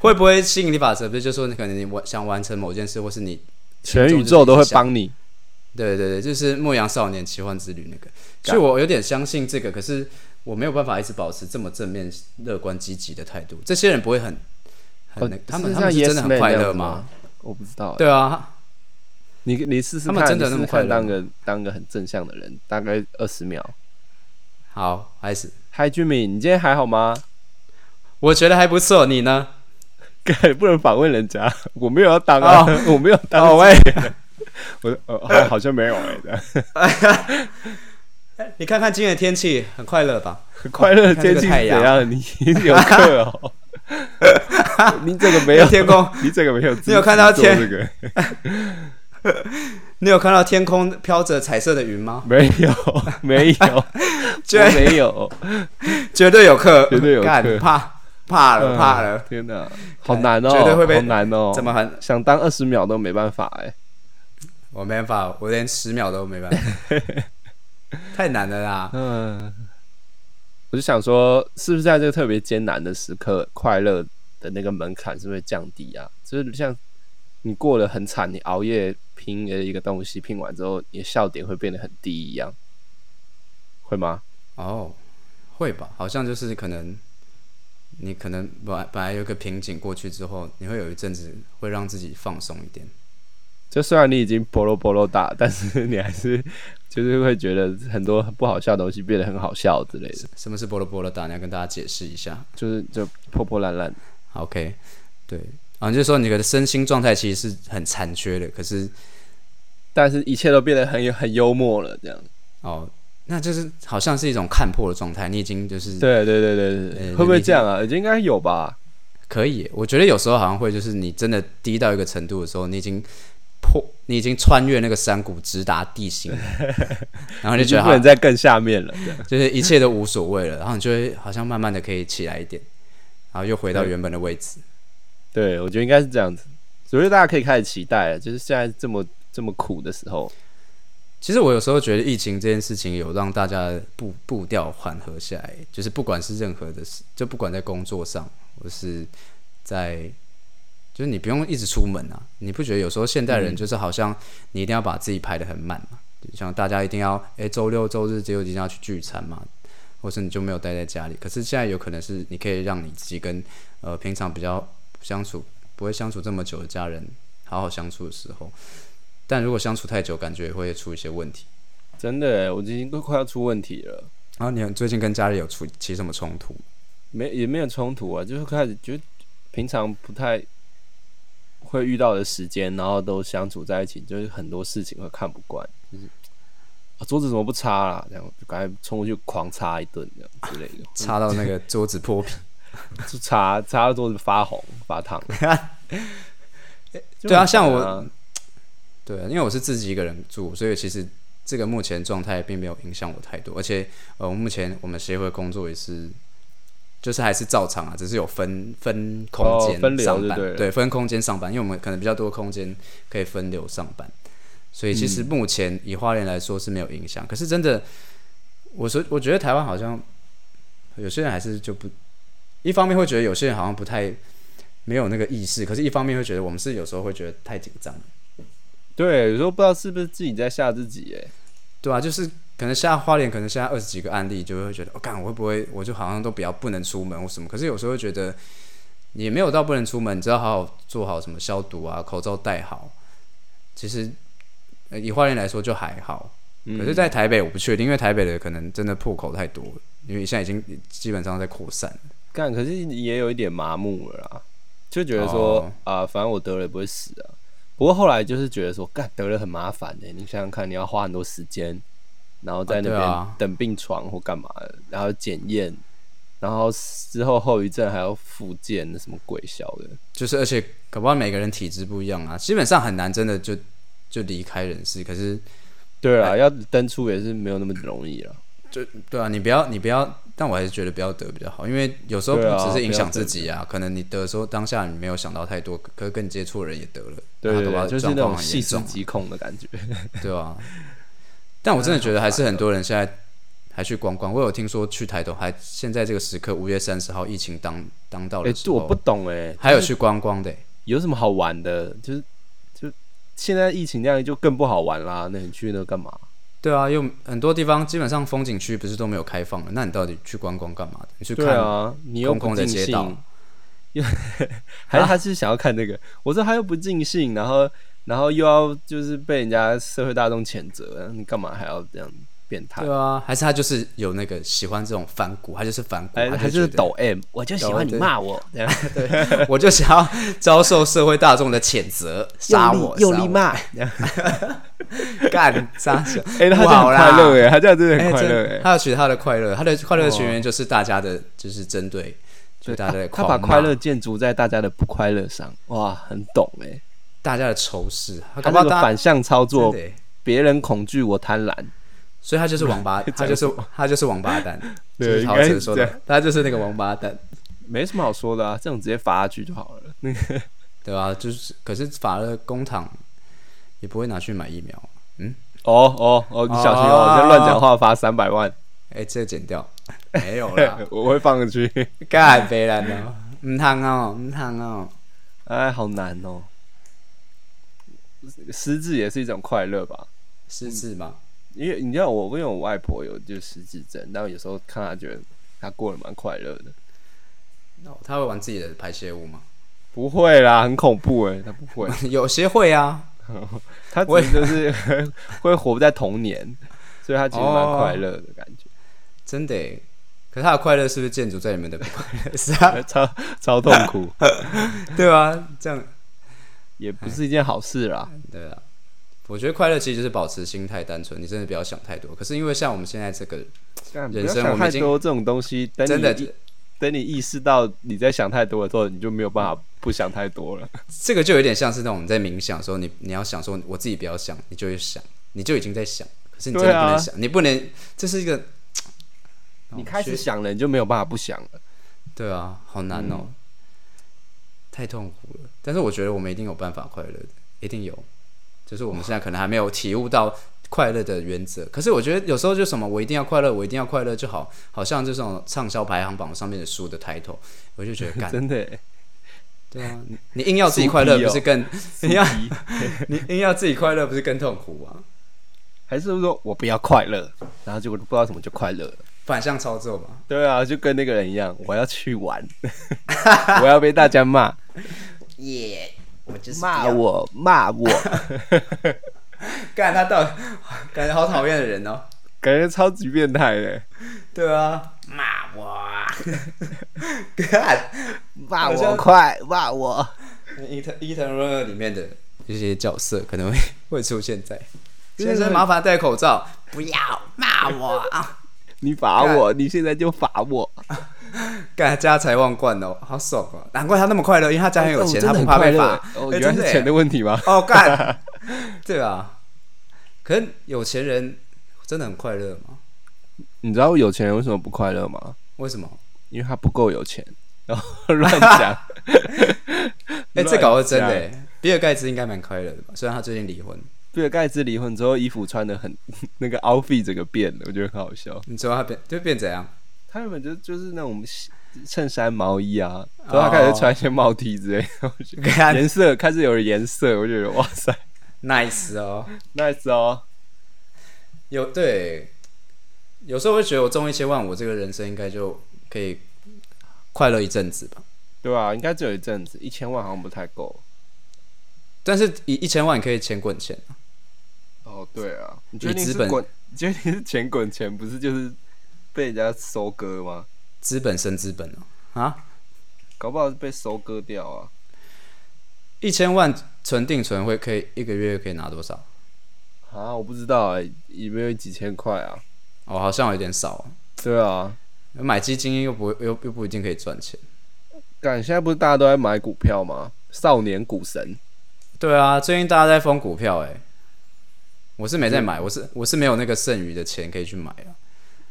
Speaker 1: 会不会吸引力法则？不是就说你可能你完想完成某件事，或是你
Speaker 2: 全宇宙都会帮你。
Speaker 1: 对对对，就是《牧羊少年奇幻之旅》那个。
Speaker 2: 干
Speaker 1: 所以我有点相信这个，可是我没有办法一直保持这么正面、乐观、积极的态度。这些人不会很很、那
Speaker 2: 哦
Speaker 1: 他们
Speaker 2: 是
Speaker 1: 他们
Speaker 2: 像
Speaker 1: 是
Speaker 2: Yes
Speaker 1: 真的很
Speaker 2: Man
Speaker 1: 快
Speaker 2: 那样
Speaker 1: 乐
Speaker 2: 子
Speaker 1: 吗？？
Speaker 2: 我不知道欸，
Speaker 1: 对啊，
Speaker 2: 你你试试
Speaker 1: 他
Speaker 2: 看，
Speaker 1: 们真的
Speaker 2: 你
Speaker 1: 那
Speaker 2: 试
Speaker 1: 么
Speaker 2: 试
Speaker 1: 快乐
Speaker 2: 看
Speaker 1: 吗
Speaker 2: 当个当个很正向的人，大概二十秒。
Speaker 1: 好，开始。
Speaker 2: 嗨，居民，你今天还好吗？
Speaker 1: 我觉得还不错，你呢？
Speaker 2: 干 不能访问人家，我没有要当啊， 我没有当。
Speaker 1: 哦喂，
Speaker 2: 我呃好好像没有哎、欸，
Speaker 1: 你看看今天的天气，很快乐吧？
Speaker 2: 很快乐的天气
Speaker 1: 看
Speaker 2: 是怎
Speaker 1: 这个太
Speaker 2: 样？你你有课 哦？你这个没有
Speaker 1: 天空，
Speaker 2: 你这个没有
Speaker 1: 你
Speaker 2: 资格做这个，
Speaker 1: 有看到天
Speaker 2: 这个
Speaker 1: 你有看到天空飘着彩色的云 吗？
Speaker 2: 没有没 有，
Speaker 1: 绝
Speaker 2: 我没有，
Speaker 1: 绝对有课，
Speaker 2: 绝对有课
Speaker 1: 干怕怕了怕了，
Speaker 2: 嗯天哪，好难哦，
Speaker 1: 绝对会被
Speaker 2: 好难哦，
Speaker 1: 怎么很？
Speaker 2: 想当二十秒都没办法哎、
Speaker 1: 我没办法，我连十秒都没办法， 太难了啦。
Speaker 2: 嗯，我就想说，是不是在这个特别艰难的时刻，快乐的那个门槛是不是会降低啊？就是像你过得很惨，你熬夜拼了一个东西，拼完之后，你的笑点会变得很低一样，会吗？
Speaker 1: 哦，会吧？好像就是可能，你可能本来本来有个瓶颈过去之后，你会有一阵子会让自己放松一点。
Speaker 2: 就虽然你已经波罗波罗大，但是你还是就是会觉得很多不好笑的东西变得很好笑之类的，
Speaker 1: 什么是波罗波罗达？你要跟大家解释一下。
Speaker 2: 就是就破破烂烂。
Speaker 1: 好 OK，对，啊，就是说你的身心状态其实是很残缺的，可是
Speaker 2: 但是一切都变得很有很幽默了，这样。
Speaker 1: 哦，那就是好像是一种看破的状态，你已经就是
Speaker 2: 对对对对对
Speaker 1: 呃
Speaker 2: 对，会不会这样啊？应该有吧。
Speaker 1: 可以耶。我觉得有时候好像会，就是你真的低到一个程度的时候，你已经破，你已经穿越那个山谷，直达地 心了，然后就
Speaker 2: 已
Speaker 1: 觉
Speaker 2: 经
Speaker 1: 得
Speaker 2: 不
Speaker 1: 好
Speaker 2: 能，再更下面了。这样
Speaker 1: 就是一切都无所谓了，然后你就会好像慢慢的可以起来一点，然后又回到原本的位置。
Speaker 2: 对，我觉得应该是这样子。所以大家可以开始期待了，啊就是现在这么这么苦的时候，
Speaker 1: 其实我有时候觉得疫情这件事情有让大家的步步调缓和下来，就是不管是任何的事，就不管在工作上，或是在，就是你不用一直出门啊。你不觉得有时候现代人就是好像你一定要把自己排得很满嘛？就像大家一定要，诶，周六周日只有一定要去聚餐嘛，或是你就没有待在家里。可是现在有可能是你可以让你自己跟呃平常比较相处不会相处这么久的家人好好相处的时候。但如果相处太久，感觉也会出一些问题。
Speaker 2: 真的耶，我已经都快要出问题了。
Speaker 1: 然后你最近跟家里有出起什么冲突？
Speaker 2: 没也没有冲突啊，就是开始就平常不太会遇到的时间，然后都相处在一起，就是很多事情会看不惯，就是、啊桌子怎么不擦啦？这样就赶快冲过去狂擦一顿这样之类的，
Speaker 1: 擦到那个桌子破皮。
Speaker 2: 就擦擦到桌子发红发 烫。
Speaker 1: 哎对啊像我
Speaker 2: 就很烦啊
Speaker 1: 对啊，因为我是自己一个人住，所以其实这个目前状态并没有影响我太多。而且呃，我目前我们协会工作也是，就是还是照常啊，只是有分分空
Speaker 2: 哦
Speaker 1: 间
Speaker 2: 分流
Speaker 1: 上
Speaker 2: 就
Speaker 1: 班，
Speaker 2: 对了
Speaker 1: 分空间上班，因为我们可能比较多空间可以分流上班，所以其
Speaker 2: 嗯
Speaker 1: 实目前以花莲来说是没有影响。可是真的，我说我觉得台湾好像有些人还是就不，一方面会觉得有些人好像不太。没有那个意识，可是一方面会觉得我们是有时候会觉得太紧张，
Speaker 2: 对，有时候不知道是不是自己在吓自己哎。
Speaker 1: 对啊，就是可能现在花莲，可能现在二十几个案例，就会觉得，我、哦、干，我会不会，我就好像都比较不能出门或什么。可是有时候会觉得，也没有到不能出门，你只要好好做好什么消毒啊，口罩戴好。其实呃以花莲来说就还好，可是，在台北我不确定，因为台北的可能真的破口太多了，因为现在已经基本上在扩散了。
Speaker 2: 干，可是也有一点麻木了啦，就觉得说
Speaker 1: 哦
Speaker 2: 啊、反正我得了也不会死啊。不过后来就是觉得说，干得了很麻烦呢、你想想看，你要花很多时间，然后在
Speaker 1: 啊
Speaker 2: 那
Speaker 1: 对啊
Speaker 2: 边等病床或干嘛的，然后检验，然后之后后遗症还要复健，那什么鬼小的，
Speaker 1: 就是而且搞不好每个人体质不一样啊，基本上很难真的就就离开人世。可是
Speaker 2: 对
Speaker 1: 哎
Speaker 2: 啊，要登出也是没有那么容易了。
Speaker 1: 就对啊，你不要你不要，但我还是觉得不要得比较好，因为有时候不
Speaker 2: 对啊
Speaker 1: 只是影
Speaker 2: 不要
Speaker 1: 响
Speaker 2: 得
Speaker 1: 自己啊，可能你得的时候当下你没有想到太多，可是跟你接触的人也得了，
Speaker 2: 对
Speaker 1: 那
Speaker 2: 对
Speaker 1: 搞不好
Speaker 2: 对，啊就是
Speaker 1: 状
Speaker 2: 那
Speaker 1: 况
Speaker 2: 种
Speaker 1: 很
Speaker 2: 细
Speaker 1: 严
Speaker 2: 思
Speaker 1: 重
Speaker 2: 极恐的感觉。
Speaker 1: 对啊，但我真的觉得还是很多人现在还去观光。我有听说去台东，还现在这个时刻，五月三十号疫情当当道
Speaker 2: 哎、
Speaker 1: 的
Speaker 2: 这
Speaker 1: 时候，
Speaker 2: 我不懂哎、
Speaker 1: 还有去观光的欸、
Speaker 2: 有什么好玩的？就是就现在疫情这样就更不好玩啦。那你去那干嘛？
Speaker 1: 对啊，又很多地方基本上风景区不是都没有开放了，那你到底去观光干嘛的？你去
Speaker 2: 对
Speaker 1: 看、
Speaker 2: 啊，你又
Speaker 1: 空
Speaker 2: 不
Speaker 1: 空的
Speaker 2: 尽
Speaker 1: 街
Speaker 2: 兴
Speaker 1: 道，
Speaker 2: 又还是啊他是想要看那个？我说他又不尽兴，然后然后又要就是被人家社会大众谴责，你干嘛还要这样变态？
Speaker 1: 对啊，还是他就是有那个喜欢这种反骨，他就是反骨，
Speaker 2: 还
Speaker 1: 他
Speaker 2: 哎啊还
Speaker 1: 就是觉得
Speaker 2: 抖 M，我就喜欢你
Speaker 1: 抖 M，
Speaker 2: 骂我，这样
Speaker 1: 我就想要遭受社会大众的谴责，杀
Speaker 2: 用
Speaker 1: 我，
Speaker 2: 力用
Speaker 1: 杀
Speaker 2: 力
Speaker 1: 我，
Speaker 2: 骂。这样
Speaker 1: 干杀小，
Speaker 2: 哎，他真的很
Speaker 1: 哇
Speaker 2: 快
Speaker 1: 啦
Speaker 2: 乐哎，他这样真的
Speaker 1: 哎，
Speaker 2: 很快乐
Speaker 1: 真
Speaker 2: 哎。
Speaker 1: 他要取他的快乐，他的快乐的泉源就是大家的，就是针对，就
Speaker 2: 对
Speaker 1: 是大家的
Speaker 2: 他
Speaker 1: 狂骂
Speaker 2: 把快乐，建筑在大家的不快乐上，哇，很懂哎。
Speaker 1: 大家的仇视，他搞
Speaker 2: 他
Speaker 1: 不好
Speaker 2: 那个
Speaker 1: 大
Speaker 2: 反
Speaker 1: 家
Speaker 2: 向操作
Speaker 1: 真的，耶
Speaker 2: 别人恐惧我贪婪，
Speaker 1: 所以他就是王 八，他就是他就是王八蛋，就
Speaker 2: 对
Speaker 1: 是
Speaker 2: 应
Speaker 1: 陶
Speaker 2: 该
Speaker 1: 喆
Speaker 2: 是
Speaker 1: 说
Speaker 2: 这
Speaker 1: 的，他就是那个王八蛋，
Speaker 2: 没什么好说的啊，这种直接罚下去就好了。那个
Speaker 1: 对吧？就是可是反而工厂也不会拿去买疫苗，嗯，
Speaker 2: 哦哦哦，你小心
Speaker 1: 哦
Speaker 2: 哦！你这乱讲话罚三百 万，
Speaker 1: 哎，这个剪 掉，没有啦，
Speaker 2: 我会放进去。
Speaker 1: 干别人哦，唔烫哦，唔烫哦，
Speaker 2: 哎，好难哦。失智也是一种快乐吧，
Speaker 1: 失智嘛，
Speaker 2: 因为你知道我，因为我外婆有就是失智症，但我有时候看她觉得她过得蛮快乐的。嗯
Speaker 1: 哦他会玩自己的排泄物吗？
Speaker 2: 不会啦，很恐怖哎，她不会，
Speaker 1: 有些会啊，
Speaker 2: 她
Speaker 1: 我
Speaker 2: 只
Speaker 1: 也
Speaker 2: 是就是 会活在童年，所以她其实蛮快乐的感觉。
Speaker 1: 真的耶，可是他的快乐是不是建筑在你们的不快乐是 啊？
Speaker 2: 哎超超痛苦，
Speaker 1: 对啊，这样
Speaker 2: 也不是一件好事啦。
Speaker 1: 对啊。我觉得快乐其实就是保持心态单纯，你真的不要想太多。可是因为像我们现在这个，
Speaker 2: 干不
Speaker 1: 人
Speaker 2: 要
Speaker 1: 生我
Speaker 2: 想
Speaker 1: 们
Speaker 2: 太
Speaker 1: 已经
Speaker 2: 多这种东西，等你
Speaker 1: 真的
Speaker 2: 一等你意识到你在想太多的时候，你就没有办法不想太多了。
Speaker 1: 这个就有点像是那种你在冥想的时候，你你要想说我自己不要想，你就会想，你就已经在想，可是你真的
Speaker 2: 对啊
Speaker 1: 不能想，你不能，这是一个，
Speaker 2: 你开
Speaker 1: 学
Speaker 2: 始想了，你就没有办法不想了。
Speaker 1: 对啊，好难哦，太痛苦了。但是我觉得我们一定有办法快乐的，一定有。就是我们现在可能还没有体悟到快乐的原则，可是我觉得有时候就什么我一定要快乐，我一定要快乐就好，好像这种畅销排行榜上面的书的 title，我就觉 得干，
Speaker 2: 真的欸耶，
Speaker 1: 对啊，你你硬要自己快乐
Speaker 2: 书皮哦
Speaker 1: 不是 更，你要
Speaker 2: 一
Speaker 1: 你硬要自己快乐不是更痛苦吗？
Speaker 2: 还是说我不要快乐，然后结果不知道怎么就快乐了。
Speaker 1: 反向操作嘛，
Speaker 2: 对啊，就跟那个人一样，我要去 玩，我要被大家骂，
Speaker 1: 耶、我就
Speaker 2: 骂我，骂 我，
Speaker 1: 干他到，感觉好讨厌的人哦。
Speaker 2: 感觉超级变态的，
Speaker 1: 对啊，骂
Speaker 2: 啊
Speaker 1: 我，干。
Speaker 2: 骂
Speaker 1: 好像
Speaker 2: 我快，骂我。
Speaker 1: 伊藤伊藤润二里面的这些角色可能会 会出现在。
Speaker 2: 对
Speaker 1: 先生，麻烦戴口罩，不要骂我，
Speaker 2: 啊你罚我，你现在就罚我。
Speaker 1: 干家财万贯哦，好爽哦！难怪他那么快乐，因为他家很有钱，
Speaker 2: 哦
Speaker 1: 他
Speaker 2: 真的
Speaker 1: 不
Speaker 2: 很
Speaker 1: 怕
Speaker 2: 快
Speaker 1: 被
Speaker 2: 乐
Speaker 1: 罚。
Speaker 2: 哦，
Speaker 1: 哎
Speaker 2: 原来
Speaker 1: 真的
Speaker 2: 是
Speaker 1: 耶
Speaker 2: 钱的问题吗？
Speaker 1: 哦，干， 对啊。可是有钱人真的很快乐吗？
Speaker 2: 你知道有钱人为什么不快乐吗？
Speaker 1: 为什么？
Speaker 2: 因为他不够有钱，然后 乱讲。
Speaker 1: 哎、这搞的真的
Speaker 2: 乱
Speaker 1: 耶。比尔盖茨应该蛮快乐的吧？虽然他最近离婚，
Speaker 2: 比尔盖茨离婚之后，衣服穿的很 那个 outfit 整个变了，我觉得很好笑。
Speaker 1: 你知道他变就变怎样？
Speaker 2: 他原本就就是那种衬衫、毛衣啊，
Speaker 1: 哦
Speaker 2: 然后他开始穿一些帽 T 之 类的，我觉得
Speaker 1: 干
Speaker 2: 颜色开始有了颜色，我觉得哇塞
Speaker 1: nice 哦。
Speaker 2: ，nice 哦。
Speaker 1: 有对，有时候会觉得我中一千万，我这个人生应该就可以快乐一阵子吧。
Speaker 2: 对啊，应该只有一阵子，一千万好像不太够。
Speaker 1: 但是一一千万你可以钱滚钱，啊
Speaker 2: 哦，对啊，你
Speaker 1: 以
Speaker 2: 确定
Speaker 1: 资
Speaker 2: 是
Speaker 1: 本
Speaker 2: 滚？ 你确定是钱滚钱，不是就是被人家收割吗？
Speaker 1: 资本生资本啊啊！
Speaker 2: 搞不好是被收割掉啊。
Speaker 1: 一千万存定存会可以一个月可以拿多少？
Speaker 2: 欸啊，我不知道哎、有没有几千块啊？
Speaker 1: 哦，好像有点少哦、
Speaker 2: 对啊，
Speaker 1: 买基金又不又又不一定可以赚钱。
Speaker 2: 干，现在不是大家都在买股票吗？少年股神，
Speaker 1: 对啊，最近大家在疯股票哎、我是没在买，我是我是没有那个剩余的钱可以去买啊，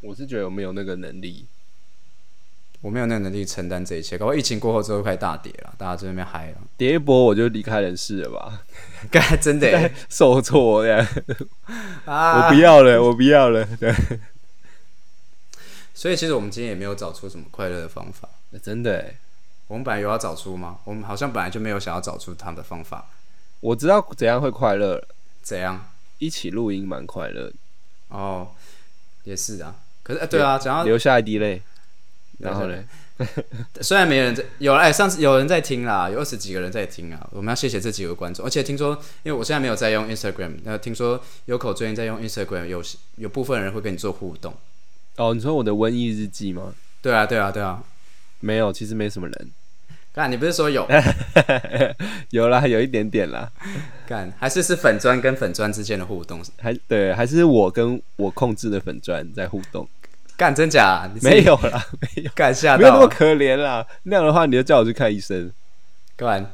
Speaker 2: 我是觉得我没有那个能力。
Speaker 1: 我没有那个能力承担这一切。搞不好疫情过后之后开始大跌了，大家在那边嗨了，
Speaker 2: 跌一波我就离开人世了吧，
Speaker 1: 干真的、欸、
Speaker 2: 受挫呀！
Speaker 1: 啊！
Speaker 2: 我不要了，我不要了。 对，
Speaker 1: 所以其实我们今天也没有找出什么快乐的方法。
Speaker 2: 真的欸，
Speaker 1: 我们本来有要找出吗？我们好像本来就没有想要找出他们的方法。
Speaker 2: 我知道怎样会快乐了，
Speaker 1: 怎样？
Speaker 2: 一起录音蛮快乐的，
Speaker 1: 哦，也是啊。可是，呃对啊，讲到
Speaker 2: 流下一滴泪。
Speaker 1: 流
Speaker 2: 然
Speaker 1: 下
Speaker 2: 后嘞，
Speaker 1: 虽然没人在，有哎、上次有人在听啦，有二十几个人在听啊。我们要谢谢这几个观众，而且听说，因为我现在没有在用 Instagram，那听说有口最近在用 Instagram，有有部分人会跟你做互动。
Speaker 2: 哦，你说我的瘟疫日记吗？
Speaker 1: 对啊，对啊，对啊。
Speaker 2: 没有，其实没什么人。
Speaker 1: 干，你不是说
Speaker 2: 哎
Speaker 1: 有
Speaker 2: 有啦，有一点点啦，
Speaker 1: 干，还是是粉砖跟粉砖之间的互动？
Speaker 2: 还对，还是我跟我控制的粉砖在互动。
Speaker 1: 干，真假、啊？你自己
Speaker 2: 没有啦，没有，
Speaker 1: 干吓
Speaker 2: 没有那
Speaker 1: 到
Speaker 2: 么
Speaker 1: 啊？
Speaker 2: 可怜啦。那样的话，你就叫我去看医生。
Speaker 1: 干，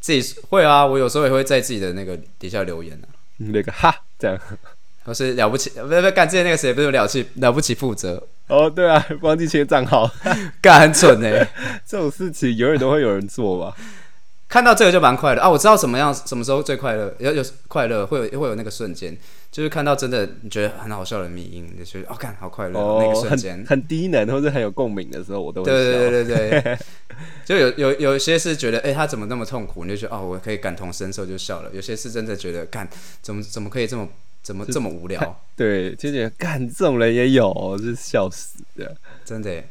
Speaker 1: 自己会啊，我有时候也会在自己的那个底下留言啊。
Speaker 2: 你那个哈，这样。
Speaker 1: 我是了不起，不不干，之前那个谁不是有了不起了不起负责，
Speaker 2: 哦，对啊，忘记切账号，
Speaker 1: 干很蠢哎、
Speaker 2: 这种事情永远都会有人做吧？
Speaker 1: 看到这个就蛮快乐啊！我知道什么样什么时候最快乐，有有快乐会有会有那个瞬间，就是看到真的你觉得很好笑的迷音，你就觉得哦，看好快乐、
Speaker 2: 哦，
Speaker 1: 那个瞬
Speaker 2: 很
Speaker 1: 间。
Speaker 2: 很低能或者很有共鸣的时候，我都会
Speaker 1: 对对
Speaker 2: 笑。
Speaker 1: 对对对， 就有有有些是觉得，哎、他怎么那么痛苦？你就觉得哦，我可以感同身受就笑了。有些是真的觉得，干怎么怎么可以这么怎么这么无聊？
Speaker 2: 对，就觉得干这种人也有，就是笑死的。
Speaker 1: 真的耶，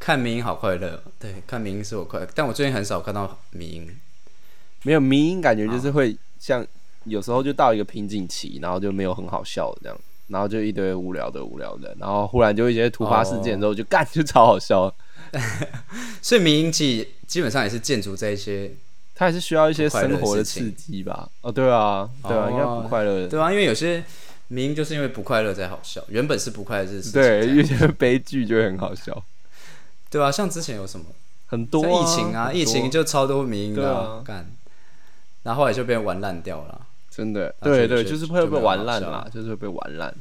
Speaker 1: 看迷音好快乐。对，看迷音是我快乐，但我最近很少看到迷音。
Speaker 2: 没有迷音，感觉
Speaker 1: 啊
Speaker 2: 就是会像有时候就到一个瓶颈期，然后就没有很好笑的这样，然后就一堆无聊的无聊的，然后忽然就一些突发事件之后就干、就超好笑。
Speaker 1: 哦所以迷音记基本上也是建筑在一些
Speaker 2: 他还是需要一些
Speaker 1: 不快乐的
Speaker 2: 生活的
Speaker 1: 事情
Speaker 2: 刺激吧？哦，对啊，对啊，
Speaker 1: 哦
Speaker 2: 应 该不快乐的。
Speaker 1: 对啊，因为有些明明就是因为不快乐才好笑，原本是不快乐是事情
Speaker 2: 对，
Speaker 1: 才
Speaker 2: 遇见悲剧就会很好笑，
Speaker 1: 对啊，像之前有什么
Speaker 2: 很多、
Speaker 1: 像
Speaker 2: 啊、
Speaker 1: 疫情啊，
Speaker 2: 很多
Speaker 1: 疫情就超多民
Speaker 2: 对
Speaker 1: 的啊
Speaker 2: 啊
Speaker 1: 干、然后后来就被玩烂掉了，
Speaker 2: 真的，
Speaker 1: 啊所
Speaker 2: 对
Speaker 1: 以
Speaker 2: 对，
Speaker 1: 就
Speaker 2: 就是
Speaker 1: 就
Speaker 2: 会
Speaker 1: 没
Speaker 2: 被
Speaker 1: 有
Speaker 2: 玩
Speaker 1: 好
Speaker 2: 烂
Speaker 1: 笑
Speaker 2: 啦，就是会被玩烂。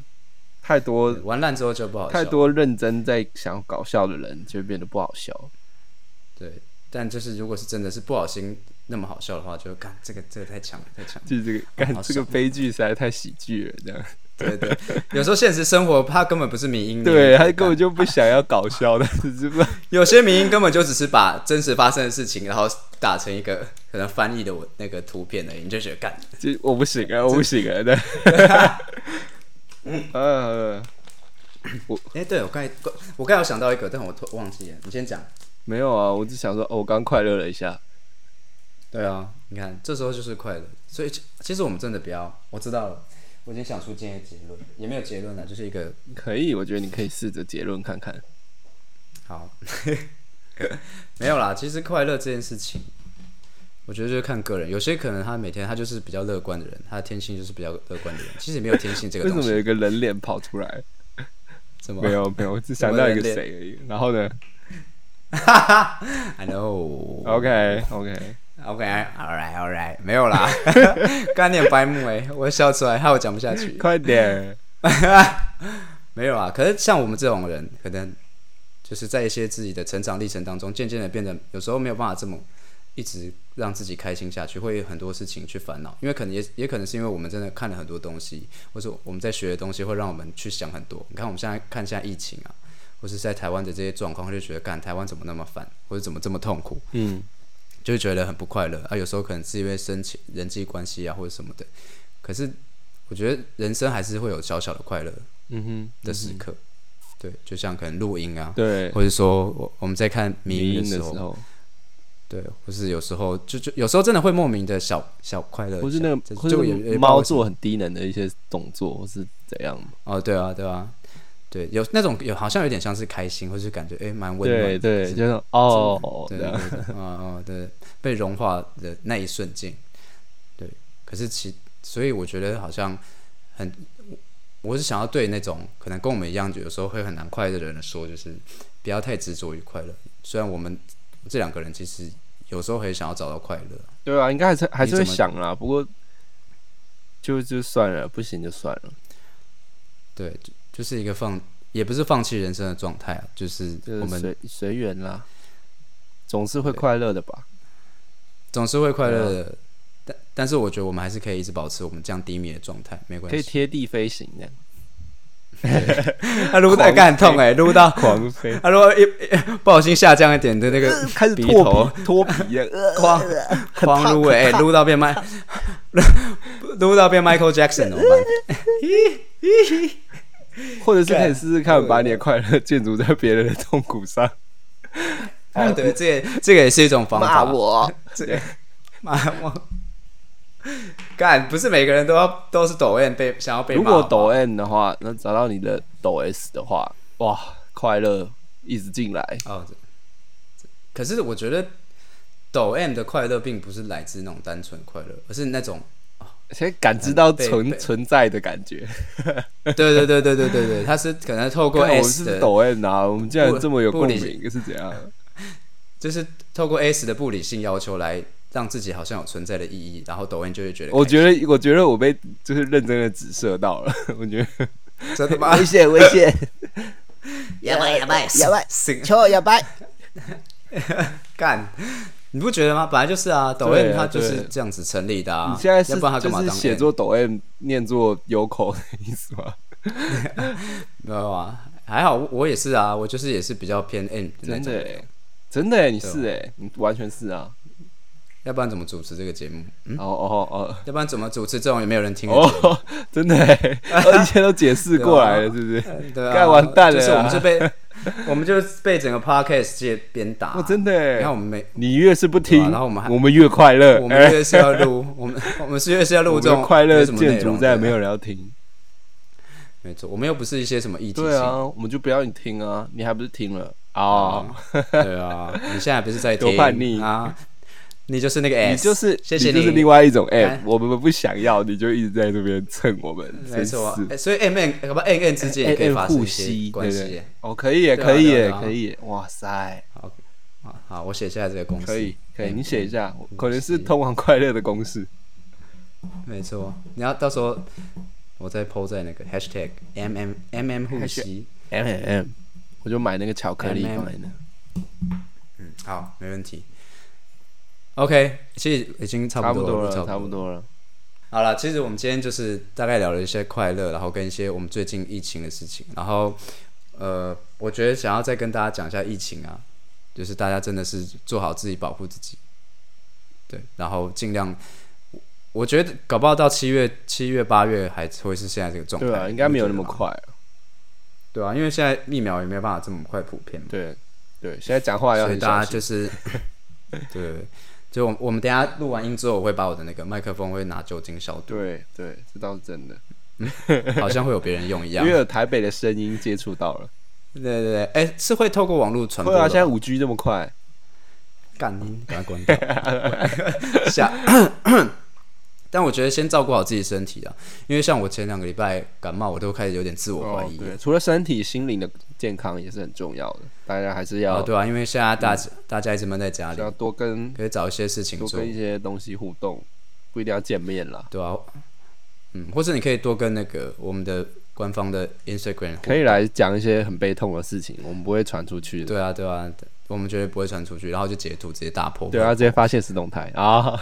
Speaker 2: 太多
Speaker 1: 玩烂之后就不好笑，
Speaker 2: 太多认真在想搞笑的人，就会变得不好笑。
Speaker 1: 对，但就是如果是真的是不小心那么好笑的话，就干这个这个太强了，太强了，
Speaker 2: 就这个，
Speaker 1: 好
Speaker 2: 干这
Speaker 1: 笑
Speaker 2: 个悲剧实在太喜剧了，这样。
Speaker 1: 对对， 有时候现实生活它根本不是民音，
Speaker 2: 对，他根
Speaker 1: 根
Speaker 2: 本就不想要搞笑的， 只是不
Speaker 1: 有些民音根本就只是把真实发生的事情，然后打成一个可能翻译的我那个图片而已，你就觉得干
Speaker 2: 就我不行啊，我不行啊，对。 呃，
Speaker 1: 哎、对我刚才我刚才有想到一个，但我突忘记了，你先讲。
Speaker 2: 没有啊，我只想说，哦，我刚快乐了一下。
Speaker 1: 对啊，你看这时候就是快乐，所以其其实我们真的不要，我知道了，我已经想出今天的结论，也没有结论了，就是一个
Speaker 2: 可以，我觉得你可以试着结论看看。
Speaker 1: 好， 没有啦。其实快乐这件事情，我觉得就是看个人，有些可能他每天他就是比较乐观的人，他的天性就是比较乐观的人，其实也没有天性这
Speaker 2: 为
Speaker 1: 个
Speaker 2: 什
Speaker 1: 东西，
Speaker 2: 么有一个人脸跑出来？
Speaker 1: 怎么
Speaker 2: 没？有没有，我只想到一个
Speaker 1: 人脸
Speaker 2: 谁而已。然后呢
Speaker 1: I know。
Speaker 2: ？OK OK，
Speaker 1: OK，All right，All right，没有啦， 干你很白目哎、我笑出来，害我讲不下去。
Speaker 2: 快点。
Speaker 1: 没有啊，可是像我们这种人，可能就是在一些自己的成长历程当中，渐渐的变得有时候没有办法这么一直让自己开心下去，会有很多事情去烦恼，因为可能也也可能是因为我们真的看了很多东西，或者我们在学的东西会让我们去想很多。你看我们现在看现在疫情啊，或是在台湾的这些状况，就觉得干台湾怎么那么烦，或者怎么这么痛苦，
Speaker 2: 嗯，
Speaker 1: 就会觉得很不快乐啊。有时候可能是因为生情、人际关系啊或者什么的，可是我觉得人生还是会有小小的快乐，
Speaker 2: 嗯
Speaker 1: 的时刻。对，就像可能录音啊
Speaker 2: 哼，，对，
Speaker 1: 或者说我我们在看迷
Speaker 2: 迷
Speaker 1: 音
Speaker 2: 音
Speaker 1: 时
Speaker 2: 的时
Speaker 1: 候，
Speaker 2: 候，
Speaker 1: 对，或是有时候就就有时候真的会莫名的小小快乐一下，
Speaker 2: 或是那个，
Speaker 1: 这
Speaker 2: 或是
Speaker 1: 就
Speaker 2: 那
Speaker 1: 也也不
Speaker 2: 个
Speaker 1: 知道
Speaker 2: 猫
Speaker 1: 为什么
Speaker 2: 做很低能的一些动作，或是怎样？
Speaker 1: 哦，对啊，对啊，对，有那种有好像有点像是开心，或是感觉哎蛮温暖
Speaker 2: 对
Speaker 1: 的，
Speaker 2: 对，
Speaker 1: 是
Speaker 2: 就是哦，
Speaker 1: 对
Speaker 2: 这
Speaker 1: 对
Speaker 2: 样
Speaker 1: 对，哦哦对，被融化的那一瞬间，对。可是其所以我觉得好像很，我我是想要对那种可能跟我们一样，有时候会很难快乐的人说，就是不要太执着于快乐。虽然我们这两个人其实有时候很想要找到快乐，
Speaker 2: 对啊，应该还是还是会
Speaker 1: 你怎么
Speaker 2: 想啦，不过就就算了，不行就算了，
Speaker 1: 对，就就是一个放，也不是放弃人生的状态啊，就是
Speaker 2: 就是
Speaker 1: 我们
Speaker 2: 随随缘啦，总是会快乐的吧？
Speaker 1: 总是会快乐
Speaker 2: 啊
Speaker 1: 的。但但是我觉得我们还是可以一直保持我们这样低迷的状态，没关
Speaker 2: 可以
Speaker 1: 系。
Speaker 2: 贴地飞行的，
Speaker 1: 啊，撸到干很痛哎、撸到
Speaker 2: 狂飞，
Speaker 1: 啊，如果一一不小心下降一点的那个
Speaker 2: 开始
Speaker 1: 鼻
Speaker 2: 脱
Speaker 1: 头
Speaker 2: 皮脱皮耶，呃
Speaker 1: 狂 狂撸哎、撸到变麦， 撸到变 Michael Jackson 怎么 办？
Speaker 2: 或者是可以试试看
Speaker 1: 干
Speaker 2: 把你的快乐建筑在别人的痛 苦上，
Speaker 1: 啊，对，这也这个也是一种方法。
Speaker 2: 骂我，
Speaker 1: 这 个骂我， 干不是每个人都要都是抖 M 被想要被骂
Speaker 2: 如果
Speaker 1: 吧
Speaker 2: 抖 M 的话，那找到你的抖 S 的话，哇，快乐一直进来，
Speaker 1: 哦，这这可是我觉得抖 M 的快乐并不是来自那种单纯快乐，而是那种
Speaker 2: 先感知到
Speaker 1: 被
Speaker 2: 存
Speaker 1: 被
Speaker 2: 存在的感觉。
Speaker 1: 对对对对对对对，他是可能透过
Speaker 2: 干我们
Speaker 1: S
Speaker 2: 是
Speaker 1: 的，
Speaker 2: 抖 M 啊，我们竟然这么有
Speaker 1: 不
Speaker 2: 共
Speaker 1: 理
Speaker 2: 鸣，是怎样？
Speaker 1: 就是透过 S 的不理性要求来让自己好像有存在的意义，然后抖 M 就会觉得
Speaker 2: 我觉得，我觉得我被就是认真的指射到了， 我觉得
Speaker 1: 得真的 吗？
Speaker 2: 险，啊危险，
Speaker 3: やばいやばい やばい
Speaker 1: 行
Speaker 3: 超やばい
Speaker 1: 干。你不觉得吗？本来就是啊，抖
Speaker 2: 对
Speaker 1: M
Speaker 2: 啊
Speaker 1: 它就是
Speaker 2: 对
Speaker 1: 这样子成立的啊。
Speaker 2: 你现啊在是
Speaker 1: 要不然他干嘛
Speaker 2: 就是
Speaker 1: 当
Speaker 2: 写
Speaker 1: M？
Speaker 2: 作抖 M，念作有口的意思吗？
Speaker 1: 没有啊，还好我我也是啊，我就是也是比较偏 M 的那
Speaker 2: 真
Speaker 1: 种
Speaker 2: 的
Speaker 1: 人
Speaker 2: 欸，真的欸，你
Speaker 1: 对啊
Speaker 2: 是哎，你完全是啊。
Speaker 1: 要不然怎么主持这个节目？嗯，
Speaker 2: 哦哦哦
Speaker 1: 要不然怎么主持这种也没有人听得见？
Speaker 2: 哦， 真的欸，而且都解释过来了，是不是？
Speaker 1: 对啊，
Speaker 2: 该完蛋了
Speaker 1: 就是我们就
Speaker 2: 啊
Speaker 1: 被我们就被整个 podcast 界鞭打、
Speaker 2: 哦，真的
Speaker 1: 你看我
Speaker 2: 欸，
Speaker 1: 们每
Speaker 2: 你越是不听，
Speaker 1: 对啊然后我们还
Speaker 2: 越快乐，
Speaker 1: 我们
Speaker 2: 哎
Speaker 1: 越是要录，我们 我们是越是要录
Speaker 2: 我
Speaker 1: 这
Speaker 2: 们
Speaker 1: 种
Speaker 2: 的快乐
Speaker 1: 没什么内
Speaker 2: 建筑
Speaker 1: 容
Speaker 2: 在
Speaker 1: 的
Speaker 2: 没有人要听。
Speaker 1: 没错，我们又不是一些什么议题
Speaker 2: 对
Speaker 1: 性。
Speaker 2: 啊，我们就不要你听啊，你还不是听了啊？
Speaker 1: 对啊，你现在不是在
Speaker 2: 多
Speaker 1: 听
Speaker 2: 叛逆
Speaker 1: 啊？你就是那个 S，
Speaker 2: 你就是
Speaker 1: 谢谢
Speaker 2: 你就是
Speaker 1: 你
Speaker 2: 另外一种 M，
Speaker 1: 哎
Speaker 2: 我们不想要，你就一直在那边蹭我们，
Speaker 1: 没
Speaker 2: 真是
Speaker 1: 错、啊。哎所以 M N 不 N N 之间也可以
Speaker 2: M
Speaker 1: 发生
Speaker 2: 互
Speaker 1: 一些
Speaker 2: 吸，
Speaker 1: 关系
Speaker 2: 对不对
Speaker 1: 耶。
Speaker 2: 哦，可以耶，
Speaker 1: 对啊
Speaker 2: 可以
Speaker 1: 对
Speaker 2: 耶，
Speaker 1: 啊
Speaker 2: 可以耶，哇塞，
Speaker 1: 好，好好，我写下来这个公式。
Speaker 2: 可以可以，
Speaker 1: 嗯
Speaker 2: 你写一下，我
Speaker 1: 嗯
Speaker 2: 可能是
Speaker 1: 吸
Speaker 2: 通往快乐的公式。
Speaker 1: 没错，你要到时候我再 PO 在那个 hashtag M M M M 护膝。
Speaker 2: M M，我就买那个巧克力
Speaker 1: MM
Speaker 2: 放在那。
Speaker 1: 嗯，好，没问题。OK，其实已经差
Speaker 2: 差
Speaker 1: 不多了，
Speaker 2: 了，差不
Speaker 1: 多。
Speaker 2: 多了。
Speaker 1: 好了，其实我们今天就是大概聊了一些快乐，然后跟一些我们最近疫情的事情，然后呃，我觉得想要再跟大家讲一下疫情啊，就是大家真的是做好自己，保护自己，对，然后尽量。我我觉得搞不好到七月、七月、八月还会是现在这个状态，
Speaker 2: 对啊，应该没有那么
Speaker 1: 你不觉得吗
Speaker 2: 快啊。
Speaker 1: 对啊，因为现在疫苗也没有办法这么快普遍嘛，
Speaker 2: 对对，现在讲话要
Speaker 1: 所以
Speaker 2: 很
Speaker 1: 大家
Speaker 2: 小心
Speaker 1: 就。是， 对，就我我们等一下录完音之后，我会把我的那个麦克风会拿酒精消毒，
Speaker 2: 对对，这倒是真的，
Speaker 1: 好像会有别人用一
Speaker 2: 因
Speaker 1: 样。
Speaker 2: 为
Speaker 1: 对
Speaker 2: 有台北的声音接触到了。
Speaker 1: 对对，哎、是会透过网络传播
Speaker 2: 对
Speaker 1: 的
Speaker 2: 啊，
Speaker 1: 吧。
Speaker 2: 现在五 G 这么快，
Speaker 1: 干你，赶快 关掉。下，但我觉得先照顾好自己身体啊，因为像我前两个礼拜感冒，我都开始有点自我怀疑。
Speaker 2: 哦对，除了身体，心灵的健康也是很重要的，大家还是要、
Speaker 1: 啊，对啊，因为现在大家、大家一直闷在家里，
Speaker 2: 要多啊跟
Speaker 1: 可以找一些事情
Speaker 2: 嗯多
Speaker 1: 做
Speaker 2: 跟，一些东西互动，不一定要见面啦。
Speaker 1: 对啊，嗯，或者你可以多跟那个我们的官方的 Instagram
Speaker 2: 可以来讲一些很悲痛的事情，我们不会传出去的。
Speaker 1: 对啊，对啊，我们绝对不会传出去，然后就截图直接打破。
Speaker 2: 对啊，直接发现实动态 啊！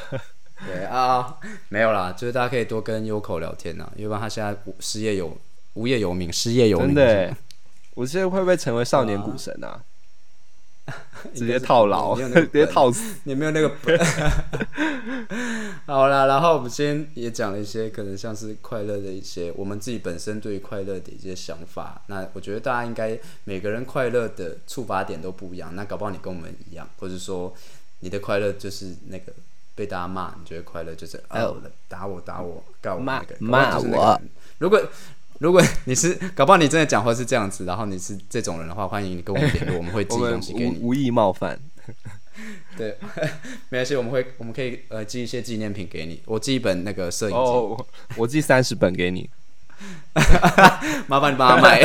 Speaker 1: 对啊，没有啦，就是大家可以多跟优口聊天啊，要不然他现在无失业游无业游民，失业游
Speaker 2: 真
Speaker 1: 民
Speaker 2: 的欸，我现在会不会成为少年股神啊？直接套 牢，
Speaker 1: 你有那个
Speaker 2: 直接套死。
Speaker 1: 你有没有那个本？好啦，然后我们今天也讲了一些可能像是快乐的一些我们自己本身对于快乐的一些想法。那我觉得大家应该每个人快乐的触发点都不一样。那搞不好你跟我们一样，或者说你的快乐就是那个被大家骂，你觉得快乐就是
Speaker 2: 哎
Speaker 1: 哦打我打我告我
Speaker 2: 骂
Speaker 1: 那个搞不好就是那个
Speaker 2: 骂我
Speaker 1: 如果如果你是搞不好你真的讲话是这样子，然后你是这种人的话，欢迎你跟我们联络，我们会寄
Speaker 2: 我们
Speaker 1: 东西给你。
Speaker 2: 无无意冒犯，
Speaker 1: 对， 没关系，我们会我们可以呃寄一些纪念品给你，我寄一本那个摄影机，
Speaker 2: 哦，我寄三十本给你。
Speaker 1: 麻烦你帮他买。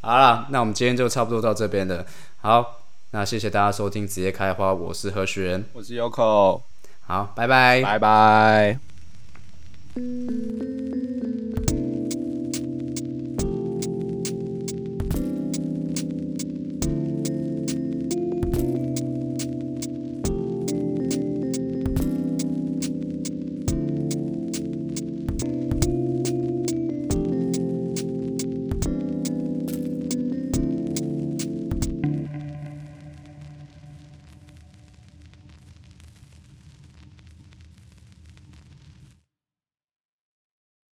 Speaker 1: 好了，那我们今天就差不多到这边了。好，那谢谢大家收听《职业开花》，我是何许人。
Speaker 2: 我是 Yoko，
Speaker 1: 好，拜拜。
Speaker 2: 拜拜。
Speaker 4: 嗯。